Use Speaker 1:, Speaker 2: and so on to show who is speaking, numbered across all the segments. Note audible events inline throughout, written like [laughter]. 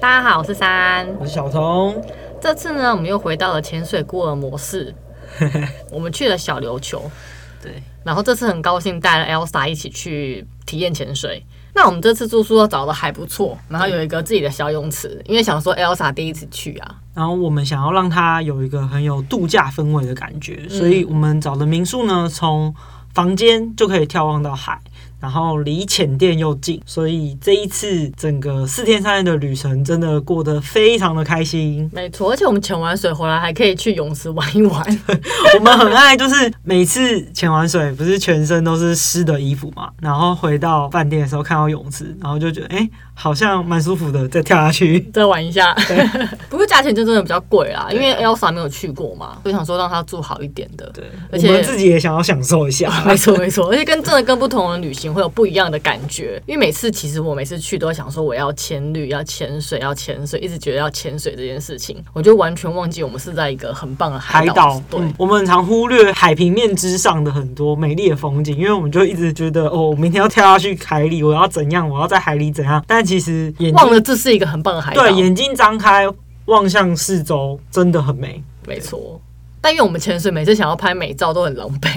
Speaker 1: 大家好，我是三。
Speaker 2: 我是小童，
Speaker 1: 这次呢，我们又回到了潜水孤儿模 [laughs] 式，我们去了小琉球，
Speaker 2: 对，
Speaker 1: 然后这次很高兴带了 Elsa 一起去体验潜水。那我们这次住宿又找的还不错，然后有一个自己的小泳池，因为想说 Elsa 第一次去啊，。
Speaker 2: 然后我们想要让它有一个很有度假氛围的感觉，所以我们找的民宿呢，从房间就可以眺望到海，然后离浅店又近，所以这一次整个四天三夜的旅程真的过得非常的开心 [laughs]
Speaker 1: 没错，而且我们潜完水回来还可以去泳池玩一玩， [laughs]
Speaker 2: 我们很爱，就是每次潜完水不是全身都是湿的衣服嘛，然后回到饭店的时候看到泳池，然后就觉得哎、诶好像蛮舒服的，再跳下去。
Speaker 1: 再玩一下。不过价钱就真的比较贵啦，因为 Elsa 没有去过嘛，就想说让她住好一点的。
Speaker 2: 对，
Speaker 1: 而且
Speaker 2: 我们自己也想要享受一下。
Speaker 1: [laughs] 没错没错，而且跟真的跟不同的旅行会有不一样的感觉。因为每次其实我每次去都会想说我要潜旅、要潜水、要潜水，一直觉得要潜水这件事情，我就完全忘记我们是在一个很棒的
Speaker 2: 海
Speaker 1: 岛
Speaker 2: 岛，
Speaker 1: 对。
Speaker 2: 嗯我们很常忽略海平面之上的很多美丽的风景，因为我们就一直觉得哦，我明天要跳下去海里，我要怎样，我要在海里怎样，但其实眼
Speaker 1: 忘
Speaker 2: 睛
Speaker 1: 了这是一个很棒的海岛，
Speaker 2: 对眼睛张开望向四周，真的很美。
Speaker 1: 没错。但因为我们潜水每次想要拍美照都很狼狈，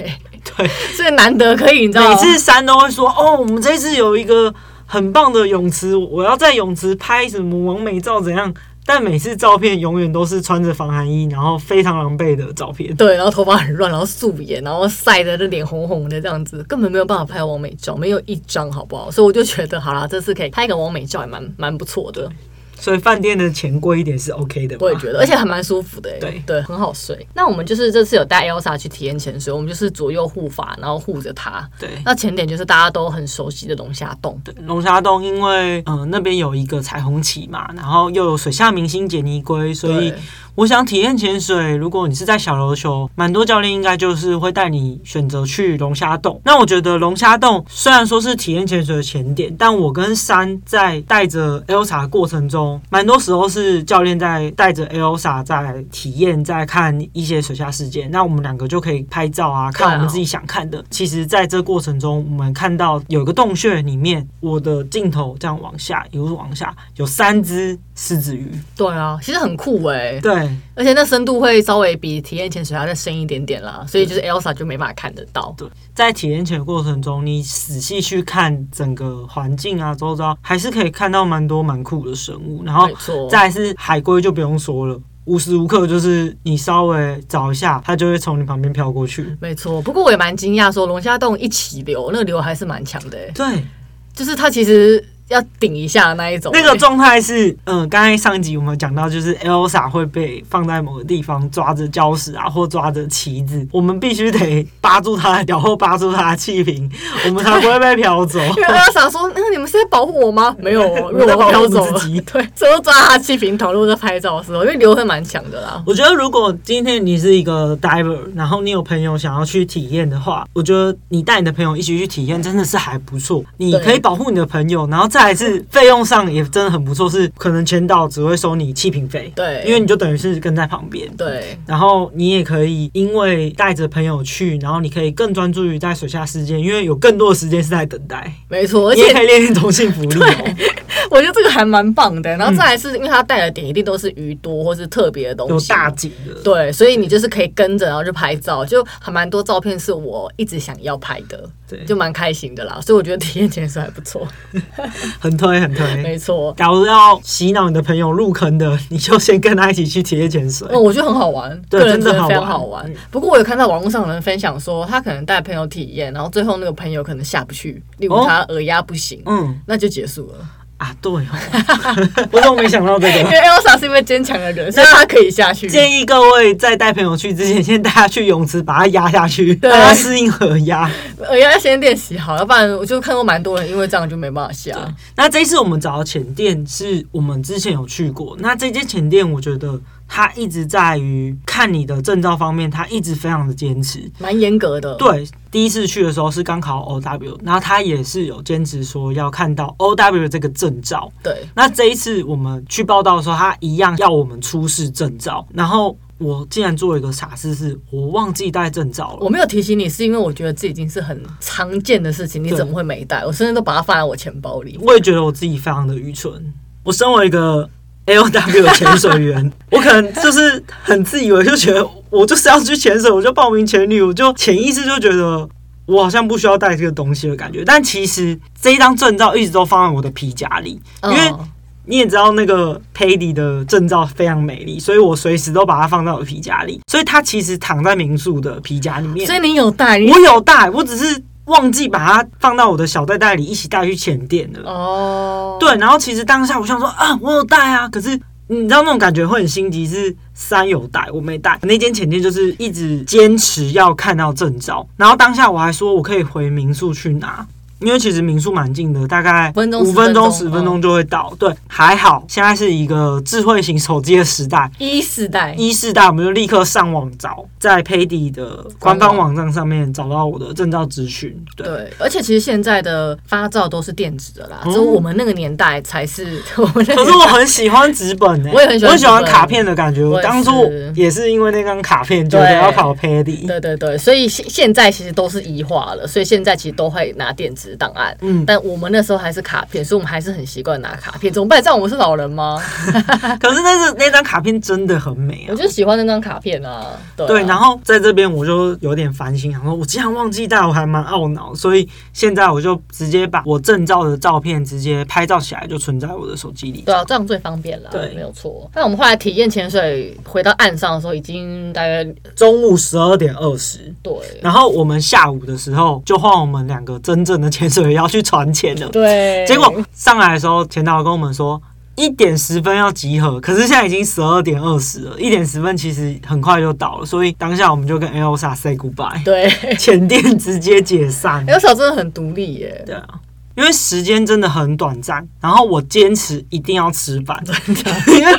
Speaker 2: 对，
Speaker 1: [laughs] 所以难得可以，你知道
Speaker 2: 每次山都会说哦，我们这次有一个很棒的泳池，我要在泳池拍什么完美照怎样。但每次照片永远都是穿着防寒衣，然后非常狼狈的照片。
Speaker 1: 对，然后头发很乱，然后素颜，然后晒得这脸红红的这样子，根本没有办法拍完美照，没有一张好不好？所以我就觉得，好啦，这次可以拍一个完美照，也蛮蛮不错的。
Speaker 2: 所以饭店的钱贵一点是 OK 的吧。
Speaker 1: 我也觉得，而且还蛮舒服的、欸，
Speaker 2: 对
Speaker 1: 对，很好睡。那我们就是这次有带 Elsa 去体验潜水，我们就是左右护法，然后护着她。
Speaker 2: 对，
Speaker 1: 那潜点就是大家都很熟悉的龙虾洞，
Speaker 2: 龙虾洞，因为嗯、呃那边有一个彩虹旗嘛，然后又有水下明星杰尼龟，所以
Speaker 1: 对
Speaker 2: 我想体验潜水。如果你是在小琉球，蛮多教练应该就是会带你选择去龙虾洞。那我觉得龙虾洞虽然说是体验潜水的前点，但我跟山在带着 Elsa 的过程中，蛮多时候是教练在带着 Elsa 在体验，在看一些水下事件。那我们两个就可以拍照啊，看我们自己想看的。其实，在这过程中，我们看到有一个洞穴里面，我的镜头这样往下，一路往下，有三只狮子鱼。
Speaker 1: 对啊，其实很酷哎、
Speaker 2: 对。
Speaker 1: 而且那深度会稍微比体验潜水还要再深一点点啦，所以就是 Elsa 就没办法看得到。
Speaker 2: 在体验潜的过程中，你仔细去看整个环境啊，周遭还是可以看到蛮多蛮酷的生物。然后
Speaker 1: 没错，
Speaker 2: 再来是海龟就不用说了，无时无刻就是你稍微找一下，它就会从你旁边飘过去。
Speaker 1: 没错，不过我也蛮惊讶，说龙虾洞一起流，那个流还是蛮强的、欸，
Speaker 2: 对，
Speaker 1: 就是它其实要顶一下的那一种、
Speaker 2: 那个
Speaker 1: 欸
Speaker 2: 状态是，嗯、刚才上一集我们讲到，就是 Elsa 会被放在某个地方抓着礁石啊，或抓着旗子，我们必须得 [laughs] 扒住它的脚或扒住它的气瓶，我们才不会被飘
Speaker 1: [laughs]
Speaker 2: 走。
Speaker 1: 因为 Elsa 说：“那你们是在保护我
Speaker 2: [laughs]
Speaker 1: 吗？”没有哦，因
Speaker 2: 我
Speaker 1: 为
Speaker 2: 在
Speaker 1: 我
Speaker 2: 保护
Speaker 1: 飘
Speaker 2: 我
Speaker 1: 走了
Speaker 2: 自己。
Speaker 1: 对， [laughs] 所以我抓他气瓶头，如果在拍照的时候，因为流会蛮强的啦。
Speaker 2: 我觉得如果今天你是一个 diver，然后你有朋友想要去体验的话，我觉得你带你的朋友一起去体验真的是还不错。你
Speaker 1: 对
Speaker 2: 可以保护你的朋友，然后再来是费用上也真的很不错，是可能全岛只会收你气瓶费，
Speaker 1: 对
Speaker 2: 因为你就等于是跟在旁边。
Speaker 1: 对，
Speaker 2: 然后你也可以因为带着朋友去，然后你可以更专注于在水下世界，因为有更多的时间是在等待，
Speaker 1: 没错，而
Speaker 2: 你也可
Speaker 1: 且
Speaker 2: 以练练同性福利、哦。
Speaker 1: 我觉得这个还蛮棒
Speaker 2: 嗯
Speaker 1: 的。然后再来是因为他带的点一定都是鱼多或是特别的 [laughs] 东
Speaker 2: 哦有
Speaker 1: 西，
Speaker 2: 大景的，
Speaker 1: 对，所以你就是可以跟着，然后就拍照，就还蛮多照片是我一直想要拍的，
Speaker 2: 对
Speaker 1: 就蛮开心的啦。所以我觉得体验潜水还不错，
Speaker 2: 很推很推。
Speaker 1: 没错。
Speaker 2: 假如要洗脑你的朋友入坑的，你就先跟他一起去体验潜水。
Speaker 1: 哦，我觉得很好玩，
Speaker 2: 对
Speaker 1: 个人
Speaker 2: 真的好
Speaker 1: 非常
Speaker 2: 玩嗯
Speaker 1: 好玩。不过我有看到网络上有人分享说，他可能带朋友体验，然后最后那个朋友可能下不去，例如
Speaker 2: 哦
Speaker 1: 他耳压不行，
Speaker 2: 嗯
Speaker 1: 那就结束了。
Speaker 2: 啊，对哦， [laughs] 我怎么没想到这
Speaker 1: [laughs] 因
Speaker 2: [laughs] 个？
Speaker 1: 为 Elsa 是一位坚强的人，所以他可以下去。
Speaker 2: 建议各位在带朋友去之前，先带他去泳池，把他压下去，
Speaker 1: 对
Speaker 2: 让他适应和 [laughs] 压。
Speaker 1: 耳压要先练习好，要不然我就看过蛮多人因为这样就没办法下。
Speaker 2: 那这一次我们找的浅店是我们之前有去过，那这间浅店我觉得它一直在于看你的证照方面，它一直非常的坚持。
Speaker 1: 蛮严格的，
Speaker 2: 对，第一次去的时候是刚考 OW，然后他也是有坚持说要看到 OW 这个证照，
Speaker 1: 对，
Speaker 2: 那这一次我们去报道的时候，他一样要我们出示证照，然后我竟然做了一个傻事，是我忘记带证照了。
Speaker 1: 我没有提醒你，是因为我觉得这已经是很常见的事情，你
Speaker 2: 对
Speaker 1: 怎么会没带？我甚至都把它放在我钱包里。
Speaker 2: 我也觉得我自己非常的愚蠢。我身为一个 L W 的潜水员，我可能就是很自以为，就觉得我就是要去潜水，我就报名潜旅，我就潜意识就觉得我好像不需要带这个东西的感觉。但其实这一张证照一直都放在我的皮夹里，因为
Speaker 1: 嗯
Speaker 2: 你也知道那个 Paddy 的证照非常美丽，所以我随时都把它放到我的皮夹里，所以它其实躺在民宿的皮夹里面
Speaker 1: 所。以你有带你
Speaker 2: 我有带，我只是忘记把它放到我的小袋袋里，一起带去潜店了。
Speaker 1: 哦，
Speaker 2: 对，然后其实当下我想说啊，我有带啊，可是你知道那种感觉会很心急，是三有带我没带。那间前店就是一直坚持要看到证照，然后当下我还说我可以回民宿去拿。因为其实民宿蛮近的，大概
Speaker 1: 分钟
Speaker 2: 五分钟、嗯
Speaker 1: 10
Speaker 2: 十分钟就会到。对，还好现在是一个智慧型手机的时代，
Speaker 1: 一世代
Speaker 2: 一世代我们就立刻上网找，在 Payday 的官方网站上面找到我的证照资讯。对，
Speaker 1: 对，而且其实现在的发照都是电子的啦，
Speaker 2: 嗯
Speaker 1: 只有我们那个年代才是 [laughs] 我们那个
Speaker 2: 可是我很喜欢纸本诶、
Speaker 1: 我也很喜欢
Speaker 2: 我喜欢
Speaker 1: 纸本
Speaker 2: 卡片的感觉。
Speaker 1: 我
Speaker 2: 我
Speaker 1: 也是
Speaker 2: 当初也是因为那张卡片觉得
Speaker 1: 对
Speaker 2: 要考 Paddy，
Speaker 1: 对对对，所以现现在其实都是移化了，所以现在其实都会拿电子档案。
Speaker 2: 嗯，
Speaker 1: 但我们那时候还是卡片，所以我们还是很习惯拿卡片。怎么办？这样我们是老人
Speaker 2: [laughs]
Speaker 1: 吗？
Speaker 2: 可是那是那张卡片真的很美
Speaker 1: 我
Speaker 2: 啊。
Speaker 1: 就喜欢那张卡片啊。对啊
Speaker 2: 对，然后在这边我就有点烦心，想说我竟然忘记带，我还蛮懊恼，所以现在我就直接把我证照的照片直接拍照起来，就存在我的手机里。
Speaker 1: 对啊，这样最方便了。
Speaker 2: 对
Speaker 1: 没有错。那我们后来体验潜水，回到岸上的时候，已经大概
Speaker 2: 中午十二点二十，
Speaker 1: 对
Speaker 2: 然后我们下午的时候就换我们两个真正的潜水员要去船潜了。
Speaker 1: 对，
Speaker 2: [laughs] 结果上来的时候，潜导跟我们说一点十分要集合，可是现在已经十二点二十了，一点十分其实很快就到了，所以当下我们就跟 Elsa say goodbye， [laughs]
Speaker 1: 对，
Speaker 2: 潜店直接解散。
Speaker 1: 有嫂真的很独立耶。
Speaker 2: 对啊。因为时间真的很短暂，然后我坚持一定要吃饭，因为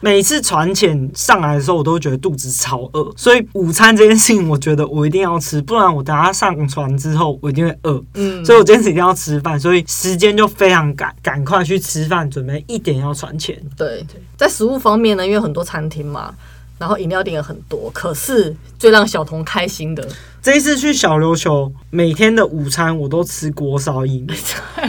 Speaker 2: 每次船潜上来的时候，我都觉得肚子超饿，所以午餐这件事情，我觉得我一定要吃，不然我等下上船之后，我一定会饿。
Speaker 1: 嗯，
Speaker 2: 所以我坚持一定要吃饭，所以时间就非常赶，赶快去吃饭，准备一点要传钱。
Speaker 1: 对，在食物方面呢，因为很多餐厅嘛，然后饮料店也很多，可是最让小童开心
Speaker 2: [laughs]
Speaker 1: 的，
Speaker 2: 这一次去小琉球，每天的午餐我都吃锅烧意面，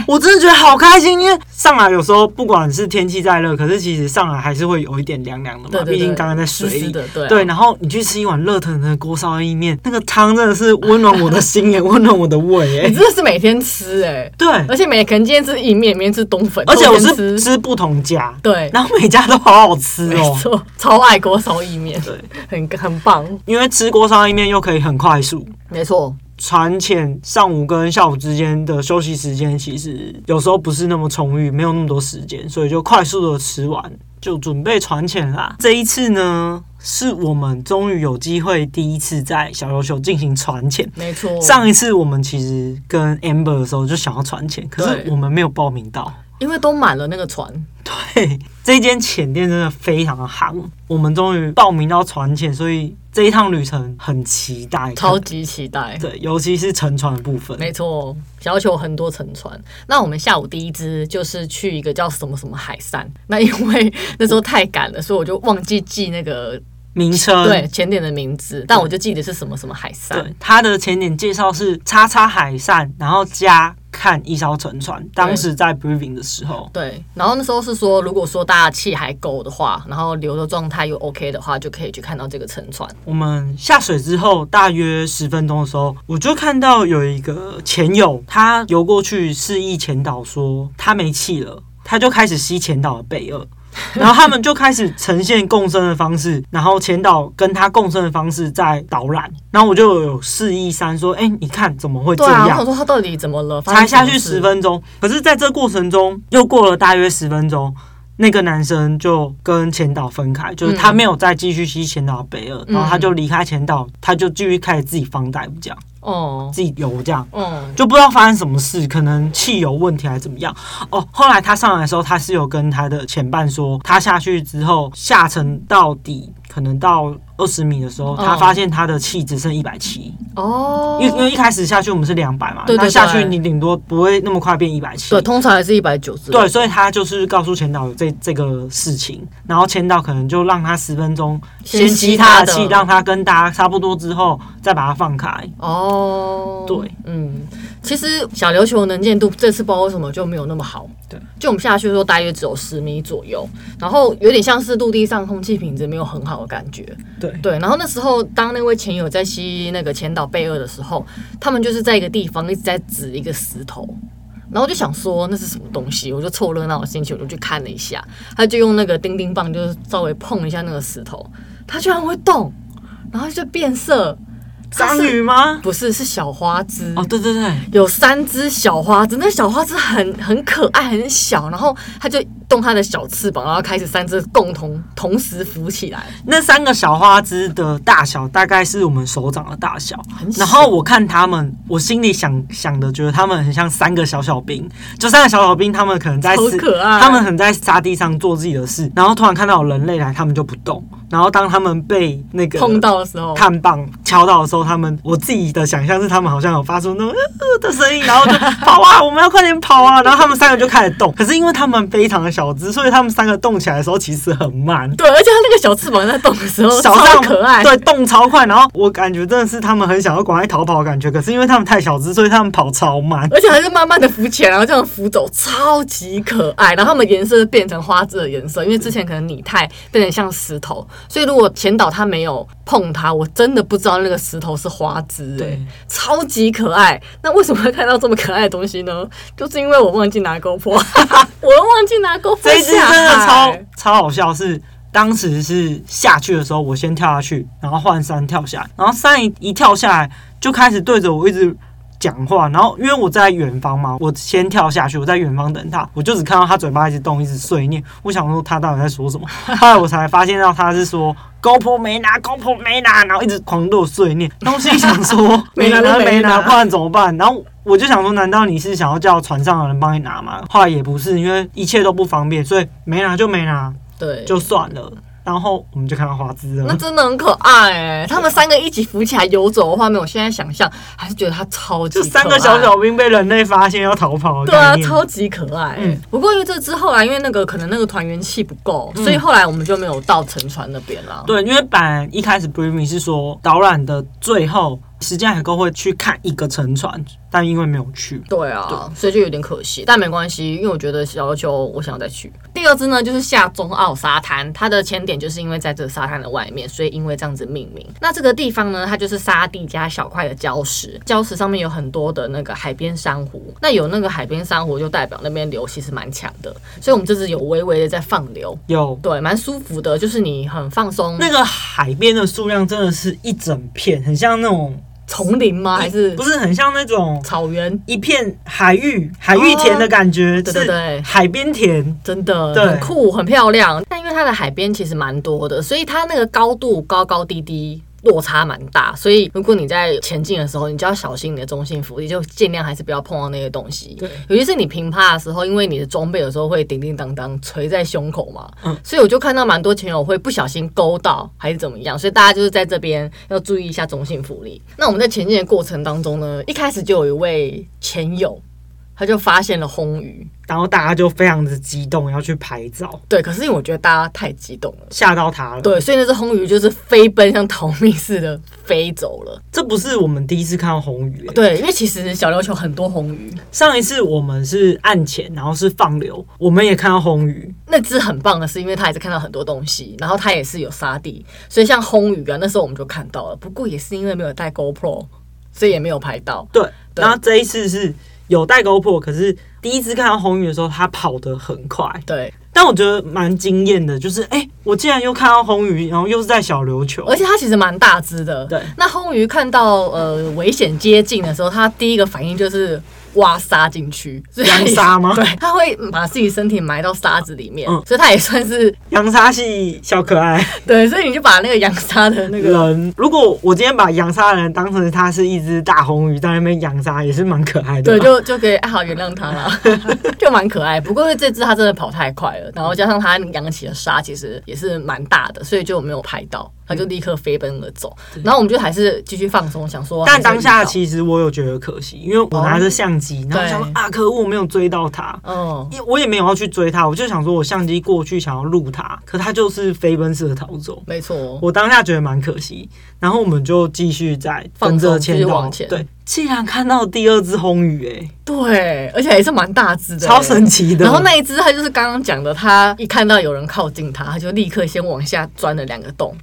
Speaker 2: 我真的觉得好开心，因为上来有时候不管是天气再热，可是其实上来还是会有一点凉凉的
Speaker 1: 对
Speaker 2: 嘛，
Speaker 1: 对对，
Speaker 2: 毕竟刚刚在水
Speaker 1: 湿湿
Speaker 2: 里。
Speaker 1: 的，对啊、
Speaker 2: 对，然后你去吃一碗热腾腾的锅烧意面，那个汤真的是温暖我的心也 [laughs] 温暖我的胃
Speaker 1: 你
Speaker 2: 哎。
Speaker 1: 真的是每天吃哎、
Speaker 2: 对，
Speaker 1: 而且每可能今天吃意面，明天吃冬粉，
Speaker 2: 而且
Speaker 1: 后
Speaker 2: 我
Speaker 1: 天
Speaker 2: 是
Speaker 1: 吃
Speaker 2: 吃不同家，
Speaker 1: 对，
Speaker 2: 然后每家都好好吃
Speaker 1: 没
Speaker 2: 哦。
Speaker 1: 错，超爱锅烧意面，
Speaker 2: 对，
Speaker 1: 很很棒，
Speaker 2: 因为吃锅烧意面又可以很快速，
Speaker 1: 没错，
Speaker 2: 船前上午跟下午之间的休息时间，其实有时候不是那么充裕，没有那么多时间，所以就快速的吃完，就准备船前啦。这一次呢，是我们终于有机会第一次在小琉球进行船前。
Speaker 1: 没错，
Speaker 2: 上一次我们其实跟 Amber 的时候就想要船前，可是
Speaker 1: 对
Speaker 2: 我们没有报名到。
Speaker 1: 因为都满了那个船，
Speaker 2: 对，这间浅店真的非常的夯，我们终于报名到船前，所以这一趟旅程很期待，
Speaker 1: 超级期待。
Speaker 2: 对，尤其是乘船的部分。
Speaker 1: 没错，小球很多沉船。那我们下午第一支就是去一个叫什么什么海山。那因为 [laughs] 那时候太赶了，所以我就忘记记那个
Speaker 2: 名称
Speaker 1: 对前点的名字，但我就记得是什么什么海山。
Speaker 2: 嗯对，它的前点介绍是叉叉海扇，然后加看一艘沉船。当时在 briefing 的时候，
Speaker 1: 对，然后那时候是说，如果说大家气还够的话，然后流的状态又 OK 的话，就可以去看到这个沉船。
Speaker 2: 我们下水之后大约十分钟的时候，我就看到有一个潜友，他游过去示意潜导说他没气了，他就开始吸潜导的背颚。然后他们就开始呈现共生的方式，然后前导跟他共生的方式在导览，然后我就有示意三说：“哎、你看怎么会这
Speaker 1: 对啊，
Speaker 2: 样？”
Speaker 1: 我想说他到底怎么了？发
Speaker 2: 才
Speaker 1: 生什
Speaker 2: 下
Speaker 1: 么
Speaker 2: 去
Speaker 1: 事
Speaker 2: 十。分钟，可是在这过程中又过了大约十分钟，那个男生就跟前导分开，就是他
Speaker 1: 嗯
Speaker 2: 没有再继续吸前导的北二，然后他就离开前导，他就继续开始自己放贷这样，
Speaker 1: 哦，
Speaker 2: 自己游这样。
Speaker 1: 嗯，
Speaker 2: 就不知道发生什么事，可能汽油问题还是怎么样哦。后来他上来的时候，他是有跟他的前伴说，他下去之后下沉到底，可能到二十米的时候，他
Speaker 1: 哦
Speaker 2: 发现他的气只剩一百七，
Speaker 1: 哦，
Speaker 2: 因为因为一开始下去我们是两百嘛，
Speaker 1: 对对
Speaker 2: 那下去
Speaker 1: 对
Speaker 2: 你顶多不会那么快变一百七
Speaker 1: 对，。通常还是一百九十。
Speaker 2: 对，所以他就是告诉前导有这这个事情，然后前导可能就让他十分钟
Speaker 1: 先
Speaker 2: 先
Speaker 1: 吸
Speaker 2: 吸
Speaker 1: 他
Speaker 2: 他
Speaker 1: 的
Speaker 2: 的气，让他跟大家差不多之后再把它放开。
Speaker 1: 哦，
Speaker 2: 对，
Speaker 1: 嗯，其实小琉球能见度这次不知道为什么就没有那么好。
Speaker 2: 对，
Speaker 1: 就我们下去的时候大约只有十米左右，然后有点像是陆地上空气品质没有很好的感觉。
Speaker 2: 对
Speaker 1: 对，然后那时候当那位前友在吸那个前导贝二的时候，他们就是在一个地方一直在指一个石头。然后我就想说那是什么东西，我就凑热闹的心情，我就去看了一下。他就用那个钉钉棒，就是稍微碰一下那个石头，它居然会动，然后就变色。它
Speaker 2: 章
Speaker 1: 是
Speaker 2: 鱼吗？
Speaker 1: 不是，是小花枝。
Speaker 2: 哦，对对对，
Speaker 1: 有三只小花枝，那小花枝很很可爱，很小，然后它就动它的小翅膀，然后开始三只共同同时浮起来，
Speaker 2: 那三个小花枝的大小大概是我们手掌的大小
Speaker 1: 很，小
Speaker 2: 然后我看他们，我心里想想的，觉得他们很像三个小小兵，就三个小小兵，他们可能在
Speaker 1: 好
Speaker 2: 是
Speaker 1: 可爱
Speaker 2: 他们可能在沙地上做自己的事，然后突然看到有人类来，他们就不动，然后当他们被那个
Speaker 1: 碰到的时候，
Speaker 2: 探棒敲到的时候，他们我自己的想象是他们好像有发出那种呃呃的声音，然后就跑啊，我们要快点跑啊，然后他们三个就开始动。可是因为他们非常的小只，所以他们三个动起来的时候其实很慢。
Speaker 1: 对，而且它那个小翅膀在动的时候
Speaker 2: 小
Speaker 1: 超
Speaker 2: 上
Speaker 1: 可爱，
Speaker 2: 对，动超快，然后我感觉真的是他们很想要赶快逃跑的感觉，可是因为他们太小只，所以他们跑超慢。
Speaker 1: 而且还是慢慢的浮起来，然后这样浮走，超级可爱。然后它们颜色变成花枝的颜色，因为之前可能拟态变成像石头，所以如果前导它没有碰它，我真的不知道那个石头是花枝、欸，
Speaker 2: 对，
Speaker 1: 超级可爱。那为什么会看到这么可爱的东西呢？就是因为我忘记拿
Speaker 2: [laughs]
Speaker 1: GoPro，我忘记拿 GoPro
Speaker 2: 这一只真的
Speaker 1: 下
Speaker 2: 超
Speaker 1: 海
Speaker 2: 超好笑，是当时是下去的时候，我先跳下去，然后换三跳下来，然后三一一跳下来就开始对着我一直。讲话，然后因为我在远方嘛，我先跳下去，我在远方等他，我就只看到他嘴巴一直动，一直碎念。我想说他到底在说 [laughs] 什么，后来我才发现到他是说 GoPro 没拿，GoPro 没拿，然后一直狂对我碎念。然后我心里想说
Speaker 1: 没拿就没
Speaker 2: [laughs] 没
Speaker 1: 拿
Speaker 2: [laughs] 拿，不然怎么办？然后我就想说，难道你是想要叫船上的人帮你拿吗？后来也不是，因为一切都不方便，所以没拿就没拿，
Speaker 1: 对，
Speaker 2: 就算了。然后我们就看到花枝
Speaker 1: 那
Speaker 2: [laughs] 了。
Speaker 1: 真的很可爱哎、
Speaker 2: 欸
Speaker 1: 他们三个一起浮起来游走的画面，我现在想象还是觉得它超级
Speaker 2: 就三
Speaker 1: 可
Speaker 2: 个
Speaker 1: 爱
Speaker 2: 小小兵被人类发现要逃跑的
Speaker 1: 对啊
Speaker 2: 概，念，
Speaker 1: 超级可爱、
Speaker 2: 嗯
Speaker 1: 不过因为这之后啊，因为那个可能那个团员气不够，所以后来我们就没有到沉船那边啦。
Speaker 2: 对，因为本来一开始 briefing 是说导览的最后时间还够会去看一个沉船，但因为没有去，
Speaker 1: 对啊，所以就有点可惜，但没关系，因为我觉得小琉球我想要再去。第二支呢，就是下中澳沙滩，它的前点就是因为在这个沙滩的外面，所以因为这样子命名。那这个地方呢，它就是沙地加小块的礁石，礁石上面有很多的那个海边珊瑚，那有那个海边珊瑚就代表那边流其实蛮强的，所以我们这次有微微的在放流，
Speaker 2: 有
Speaker 1: 对，蛮舒服的，就是你很放 [laughs] 松。
Speaker 2: 那个海边的数量真的是一整片，很像那种
Speaker 1: 丛林吗？还是
Speaker 2: 不是很像那种
Speaker 1: 草原？
Speaker 2: 一片海域海域田的感觉，
Speaker 1: 哦对对对
Speaker 2: 是海边田。
Speaker 1: 真的
Speaker 2: 对
Speaker 1: 很酷，很漂亮。但因为它的海边其实蛮多的，所以它那个高度高高低低。落差蛮大，所以如果你在前进的时候，你就要小心你的中性浮力，就尽量还是不要碰到那些东西。
Speaker 2: 对，
Speaker 1: 尤其是你平趴的时候，因为你的装备有时候会叮叮当当垂在胸口嘛，
Speaker 2: 嗯
Speaker 1: 所以我就看到蛮多前友会不小心勾到还是怎么样，所以大家就是在这边要注意一下中性浮力。那我们在前进的过程当中呢，一开始就有一位前友，他就发现了红鱼，
Speaker 2: 然后大家就非常的激动，要去拍照，
Speaker 1: 对，可是因为我觉得大家太激动了，
Speaker 2: 吓到他了。，
Speaker 1: 对，所以那只红鱼就是飞奔像逃命似的飞走了。
Speaker 2: 这不是我们第一次看到红鱼、欸
Speaker 1: 对，因为其实小琉球很多红鱼，
Speaker 2: 上一次我们是岸潜，然后是放流，我们也看到红鱼。
Speaker 1: 那只很棒的是，因为它也是看到很多东西，然后它也是有沙地，所以像红鱼啊，那时候我们就看到了。不过也是因为没有带 GoPro，所以也没有拍到。
Speaker 2: 对，
Speaker 1: 对
Speaker 2: 然后这一次是有带 GoPro，可是第一次看到红鱼的时候，它跑得很快，
Speaker 1: 对，
Speaker 2: 但我觉得蛮惊艳的，就是哎、诶我竟然又看到红鱼，然后又是在小琉球
Speaker 1: 而，且它其实蛮大只的。
Speaker 2: 对
Speaker 1: 那红鱼看到呃危险接近的时候，它第一个反应就是挖沙进去，所以它
Speaker 2: 扬沙吗
Speaker 1: [laughs] 对，它会把自己身体埋到沙子里面，
Speaker 2: 嗯
Speaker 1: 所以它也算是
Speaker 2: 洋沙系小可爱。
Speaker 1: [laughs] 对，所以你就把那个扬沙的那
Speaker 2: [laughs]
Speaker 1: 个，
Speaker 2: 人，如果我今天把养鲨的人当成它是一只大红鱼在那边养鲨，也是蛮可爱的
Speaker 1: 对，
Speaker 2: 吧。
Speaker 1: 就就可以啊好原谅他
Speaker 2: [laughs]
Speaker 1: 了，就蛮可爱。不过因为这只它真的跑太快了，然后加上它扬起的沙其实也是蛮大的，所以就没有拍到。他就立刻飞奔而走。然后我们就还是继续放松，想说，
Speaker 2: 嗯但当下其实我有觉得可惜，因为我拿着相机，然后我想说
Speaker 1: 对
Speaker 2: 啊，可恶，我没有追到他。
Speaker 1: 嗯，
Speaker 2: 也我也没有要去追他，我就想说，我相机过去想要录他，可他就是飞奔似的逃走。
Speaker 1: 没错，
Speaker 2: 我当下觉得蛮可惜，然后我们就继续在
Speaker 1: 放
Speaker 2: 跟着
Speaker 1: 纵继续
Speaker 2: 签到
Speaker 1: 往前
Speaker 2: 对，竟然看到第二只红鱼、欸，
Speaker 1: 对，而且也是蛮大只的、
Speaker 2: 超神奇的。
Speaker 1: 然后那一只，它就是刚刚讲的，它一看到有人靠近它，它就立刻先往下钻了两个洞。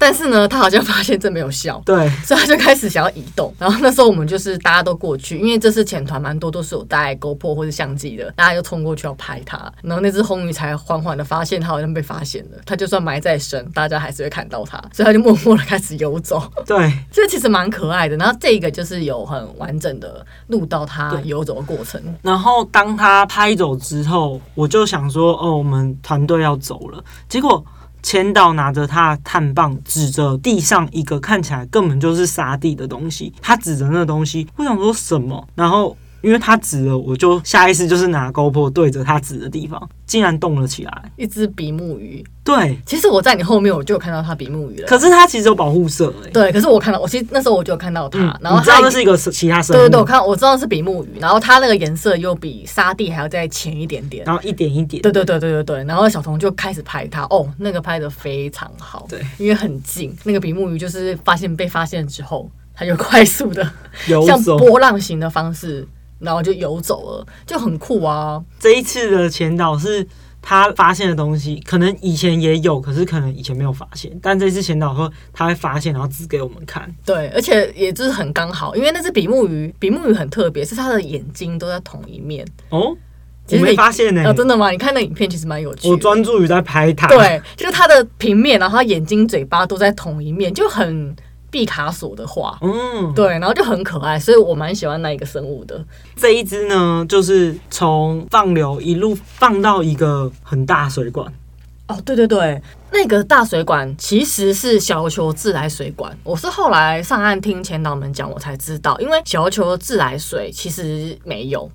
Speaker 1: 但是呢，它好像发现这没有效，
Speaker 2: 对
Speaker 1: 所以它就开始想要移动。然后那时候我们就是大家都过去，因为这次潜团蛮多都是有带 GoPro 或者相机的，大家就冲过去要拍它。然后那只红鱼才缓缓的发现它好像被发现了，它就算埋在深，大家还是会看到它，所以它就默默的开始游走。
Speaker 2: 对，
Speaker 1: 这其实蛮可爱的。然后这个就是有很完整的录到它
Speaker 2: 对
Speaker 1: 游走的过程。
Speaker 2: 然后当他拍走之后，我就想说，哦，我们团队要走了。结果千岛拿着他的碳棒，指着地上一个看起来根本就是沙地的东西，他指着那东西，我想说什么？然后因为他指了，我就下意识就是拿 GoPro 对着他指的地方，竟然动了起来。
Speaker 1: 一只比目鱼，
Speaker 2: 对，
Speaker 1: 其实我在你后面，我就有看到它比目鱼了。
Speaker 2: 可是他其实有保护色、欸，
Speaker 1: 对，可是我看到，我其实那时候我就有看到它，然后
Speaker 2: 嗯你知
Speaker 1: 它
Speaker 2: 道那是一个其他生
Speaker 1: 对
Speaker 2: 物，
Speaker 1: 对对，我看我知道是比目鱼，然后它那个颜色又比沙地还要再浅一点点。
Speaker 2: 然后一点一点，
Speaker 1: 对对对对对对，然后小童就开始拍它，哦，那个拍的非常好，
Speaker 2: 对，
Speaker 1: 因为很近，那个比目鱼就是发现被发现之后，它就快速 [laughs] 的
Speaker 2: 游
Speaker 1: 像
Speaker 2: 走。
Speaker 1: 波浪形的方式，然后就游走了，就很酷啊，
Speaker 2: 这一次的前导是他发现的东西，可能以前也有，可是可能以前没有发现。但这次前导说他会发现，然后指给我们看。
Speaker 1: 对，而且也就是很刚好，因为那只比目鱼，比目鱼很特别，是它的眼睛都在同一面。
Speaker 2: 哦，
Speaker 1: 其实
Speaker 2: 我
Speaker 1: 你
Speaker 2: 没发现呢、
Speaker 1: 哦，真的吗？你看那影片其实蛮有趣
Speaker 2: 我
Speaker 1: 的。
Speaker 2: 专注于在拍他。，
Speaker 1: 对，就是它的平面，然后它眼睛、嘴巴都在同一面，就很毕卡索的画。
Speaker 2: 嗯，
Speaker 1: 对，然后就很可爱，所以我蛮喜欢那一个生物的。
Speaker 2: 这一只呢，就是从放流一路放到一个很大水管。
Speaker 1: 哦，对对对，那个大水管其实是小琉球自来水管，我是后来上岸听前导们讲，我才知道，因为小琉球的自来水其实没有，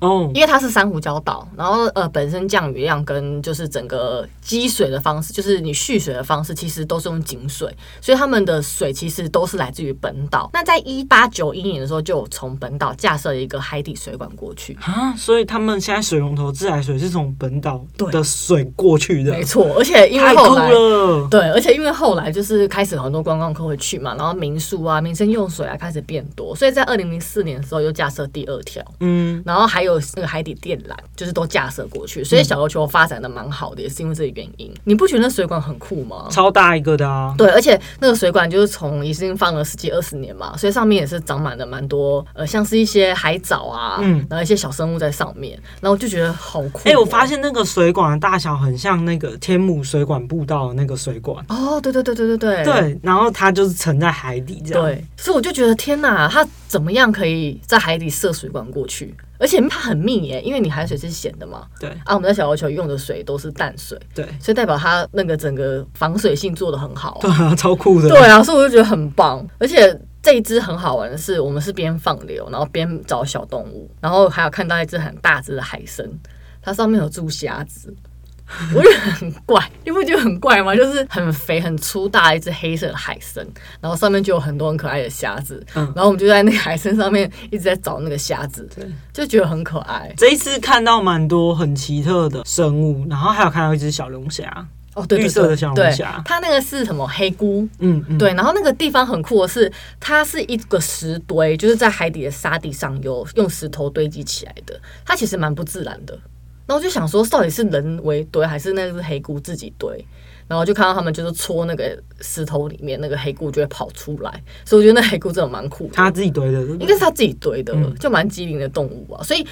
Speaker 2: 哦，
Speaker 1: 因为它是珊瑚礁岛，然后呃本身降雨量跟就是整个积水的方式，就是你蓄水的方式，其实都是用井水，所以他们的水其实都是来自于本岛。那在一八九一年的时候，就有从本岛架设了一个海底水管过
Speaker 2: [laughs]
Speaker 1: 去。
Speaker 2: 啊，所以他们现在水龙头自来水是从本岛
Speaker 1: 对
Speaker 2: 的水过去的
Speaker 1: 没，错，而且因为
Speaker 2: 啊太酷
Speaker 1: 后来。
Speaker 2: 了。
Speaker 1: 对，而且因为后来就是开始很多观光客会去嘛，然后民宿啊、民生用水啊开始变多，所以在二零零四年的时候又架设第二条，
Speaker 2: 嗯，
Speaker 1: 然后还有那个海底电缆，就是都架设过去，所以小琉球发展的蛮好的，也是因为这个原因。你不觉得那水管很酷吗？
Speaker 2: 超大一个的啊。
Speaker 1: 对，而且那个水管就是从已经放了十几二十年嘛，所以上面也是长满了蛮多呃，像是一些海藻啊，
Speaker 2: 嗯
Speaker 1: 然后一些小生物在上面，然后就觉得好酷、哦
Speaker 2: 哎、我发
Speaker 1: 现
Speaker 2: 现那个水管的大小很像那个天母水管步道的那个水管，
Speaker 1: 哦，对对对对对对
Speaker 2: 对，然后它就是沉在海底这样。，
Speaker 1: 对，所以我就觉得天哪，它怎么样可以在海底射水管过去？而且它很密耶，因为你海水是咸的嘛。
Speaker 2: 对
Speaker 1: 啊，我们在小琉球用的水都是淡水，
Speaker 2: 对
Speaker 1: 所以代表它那个整个防水性做的很好、
Speaker 2: 对 [laughs] 啊，超酷的。
Speaker 1: 对啊，所以我就觉得很棒，而且。这一只很好玩的是，我们是边放流，然后边找小动物，然后还有看到一只很大只的海参，它上面有住虾
Speaker 2: [laughs]
Speaker 1: 子，我觉得很怪，你不觉得很怪吗？就是很肥、很粗大一只黑色的海参，然后上面就有很多很可爱的虾子，
Speaker 2: 嗯
Speaker 1: 然后我们就在那个海参上面一直在找那个虾子
Speaker 2: 对，
Speaker 1: 就觉得很可爱。
Speaker 2: 这一次看到蛮多很奇特的生物，然后还有看到一只小龙虾。
Speaker 1: 哦，对对对，
Speaker 2: 绿色的小龙
Speaker 1: 对
Speaker 2: 虾
Speaker 1: 它那个是什么黑菇？
Speaker 2: 嗯嗯，
Speaker 1: 对，然后那个地方很酷的是，它是一个石堆，就是在海底的沙地上有用石头堆积起来的，它其实蛮不自然的。然后我就想说，到底是人为堆还是那只黑菇自己堆？然后就看到他们就是戳那个石头里面，那个黑菇就会跑出来，所以我觉得那黑菇真的蛮酷的。
Speaker 2: 它自己堆的，对不
Speaker 1: [laughs] 应
Speaker 2: 对
Speaker 1: 该是他自己堆的，就蛮机灵的动物啊，所以。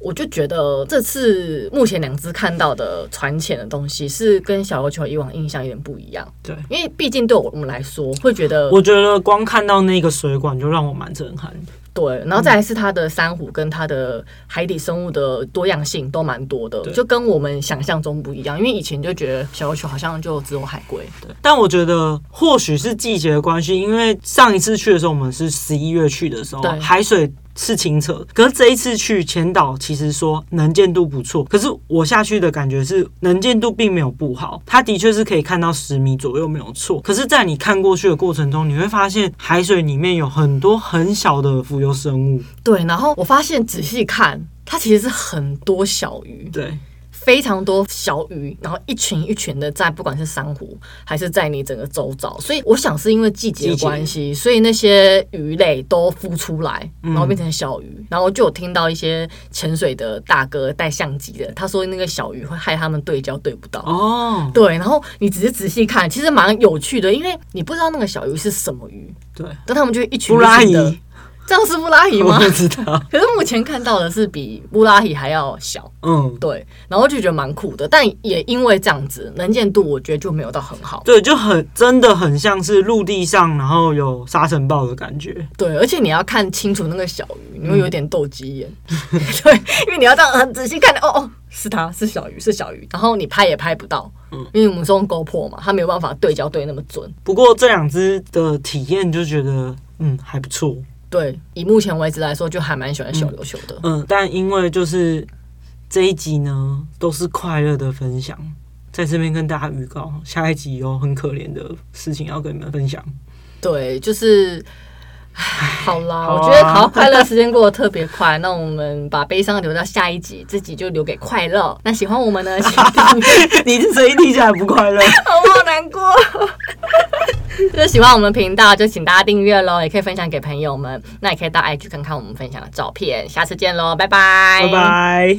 Speaker 1: 我就觉得这次目前两只看到的船潜的东西是跟小琉球以往印象有点不一样，
Speaker 2: 对。
Speaker 1: 因为毕竟对我们来说会觉得
Speaker 2: 我觉得光看到那个水管就让我蛮震撼的。
Speaker 1: 对，然后再来是它的珊瑚跟它的海底生物的多样性都蛮多的，就跟我们想象中不一样。因为以前就觉得小琉球好像就只有海龟，对，
Speaker 2: 但我觉得或许是季节的关系，因为上一次去的时候我们是十一月去的时候
Speaker 1: 对，
Speaker 2: 海水是清澈，可是这一次去前岛，其实说能见度不错，可是我下去的感觉是能见度并没有不好，它的确是可以看到十米左右没有错，可是，在你看过去的过程中，你会发现海水里面有很多很小的浮游生物，
Speaker 1: 对，然后我发现仔细看，它其实是很多小鱼，
Speaker 2: 对。
Speaker 1: 非常多小鱼，然后一群一群的在，不管是珊瑚还是在你整个周遭，所以我想是因为季节的关系，所以那些鱼类都孵出来，然后变成小鱼，然后就有听到一些潜水的大哥带相机的，他说那个小鱼会害他们对焦对不到。
Speaker 2: 哦，
Speaker 1: 对，然后你只是仔细看，其实蛮有趣的，因为你不知道那个小鱼是什么鱼，
Speaker 2: 对，
Speaker 1: 但他们就一群
Speaker 2: 布哦拉
Speaker 1: 一
Speaker 2: 伊
Speaker 1: 群，的，这样是布拉鱼
Speaker 2: 我
Speaker 1: 吗
Speaker 2: 不？知道，
Speaker 1: 可是目前看到的是比布拉鱼还要小。
Speaker 2: 嗯，
Speaker 1: 对，然后就觉得蛮酷的，但也因为这样子，能见度我觉得就没有到很好。
Speaker 2: 对，就很真的很像是陆地上，然后有沙尘暴的感觉。
Speaker 1: 对，而且你要看清楚那个小鱼，你会有点斗鸡眼。
Speaker 2: 嗯
Speaker 1: [laughs] 对，因为你要这样很仔细看，哦哦，是它是小鱼是小鱼，然后你拍也拍不到，
Speaker 2: 嗯
Speaker 1: 因为我们是用 GoPro 嘛，它没有办法对焦对那么准。
Speaker 2: 不过这两只的体验就觉得，嗯，还不错。
Speaker 1: 对，以目前为止来说，就还蛮喜欢小琉球的。
Speaker 2: 嗯，但因为就是这一集呢，都是快乐的分享，在这边跟大家预告，下一集有很可怜的事情要跟你们分享。 [laughs]
Speaker 1: 对，就是。唉好啦，
Speaker 2: 好啊
Speaker 1: 我觉得好像快乐时间过得特别快，那我们把悲伤留到下一集，这集就留给快乐。那喜欢我们呢，请订阅
Speaker 2: 你这声音听起来不快乐。
Speaker 1: 好不好难过？ [laughs] 就是喜欢我们频道，就请大家订阅喽，也可以分享给朋友们。那也可以到 IG [laughs] 看看我们分享的照片。下次见喽，拜拜，
Speaker 2: 拜拜。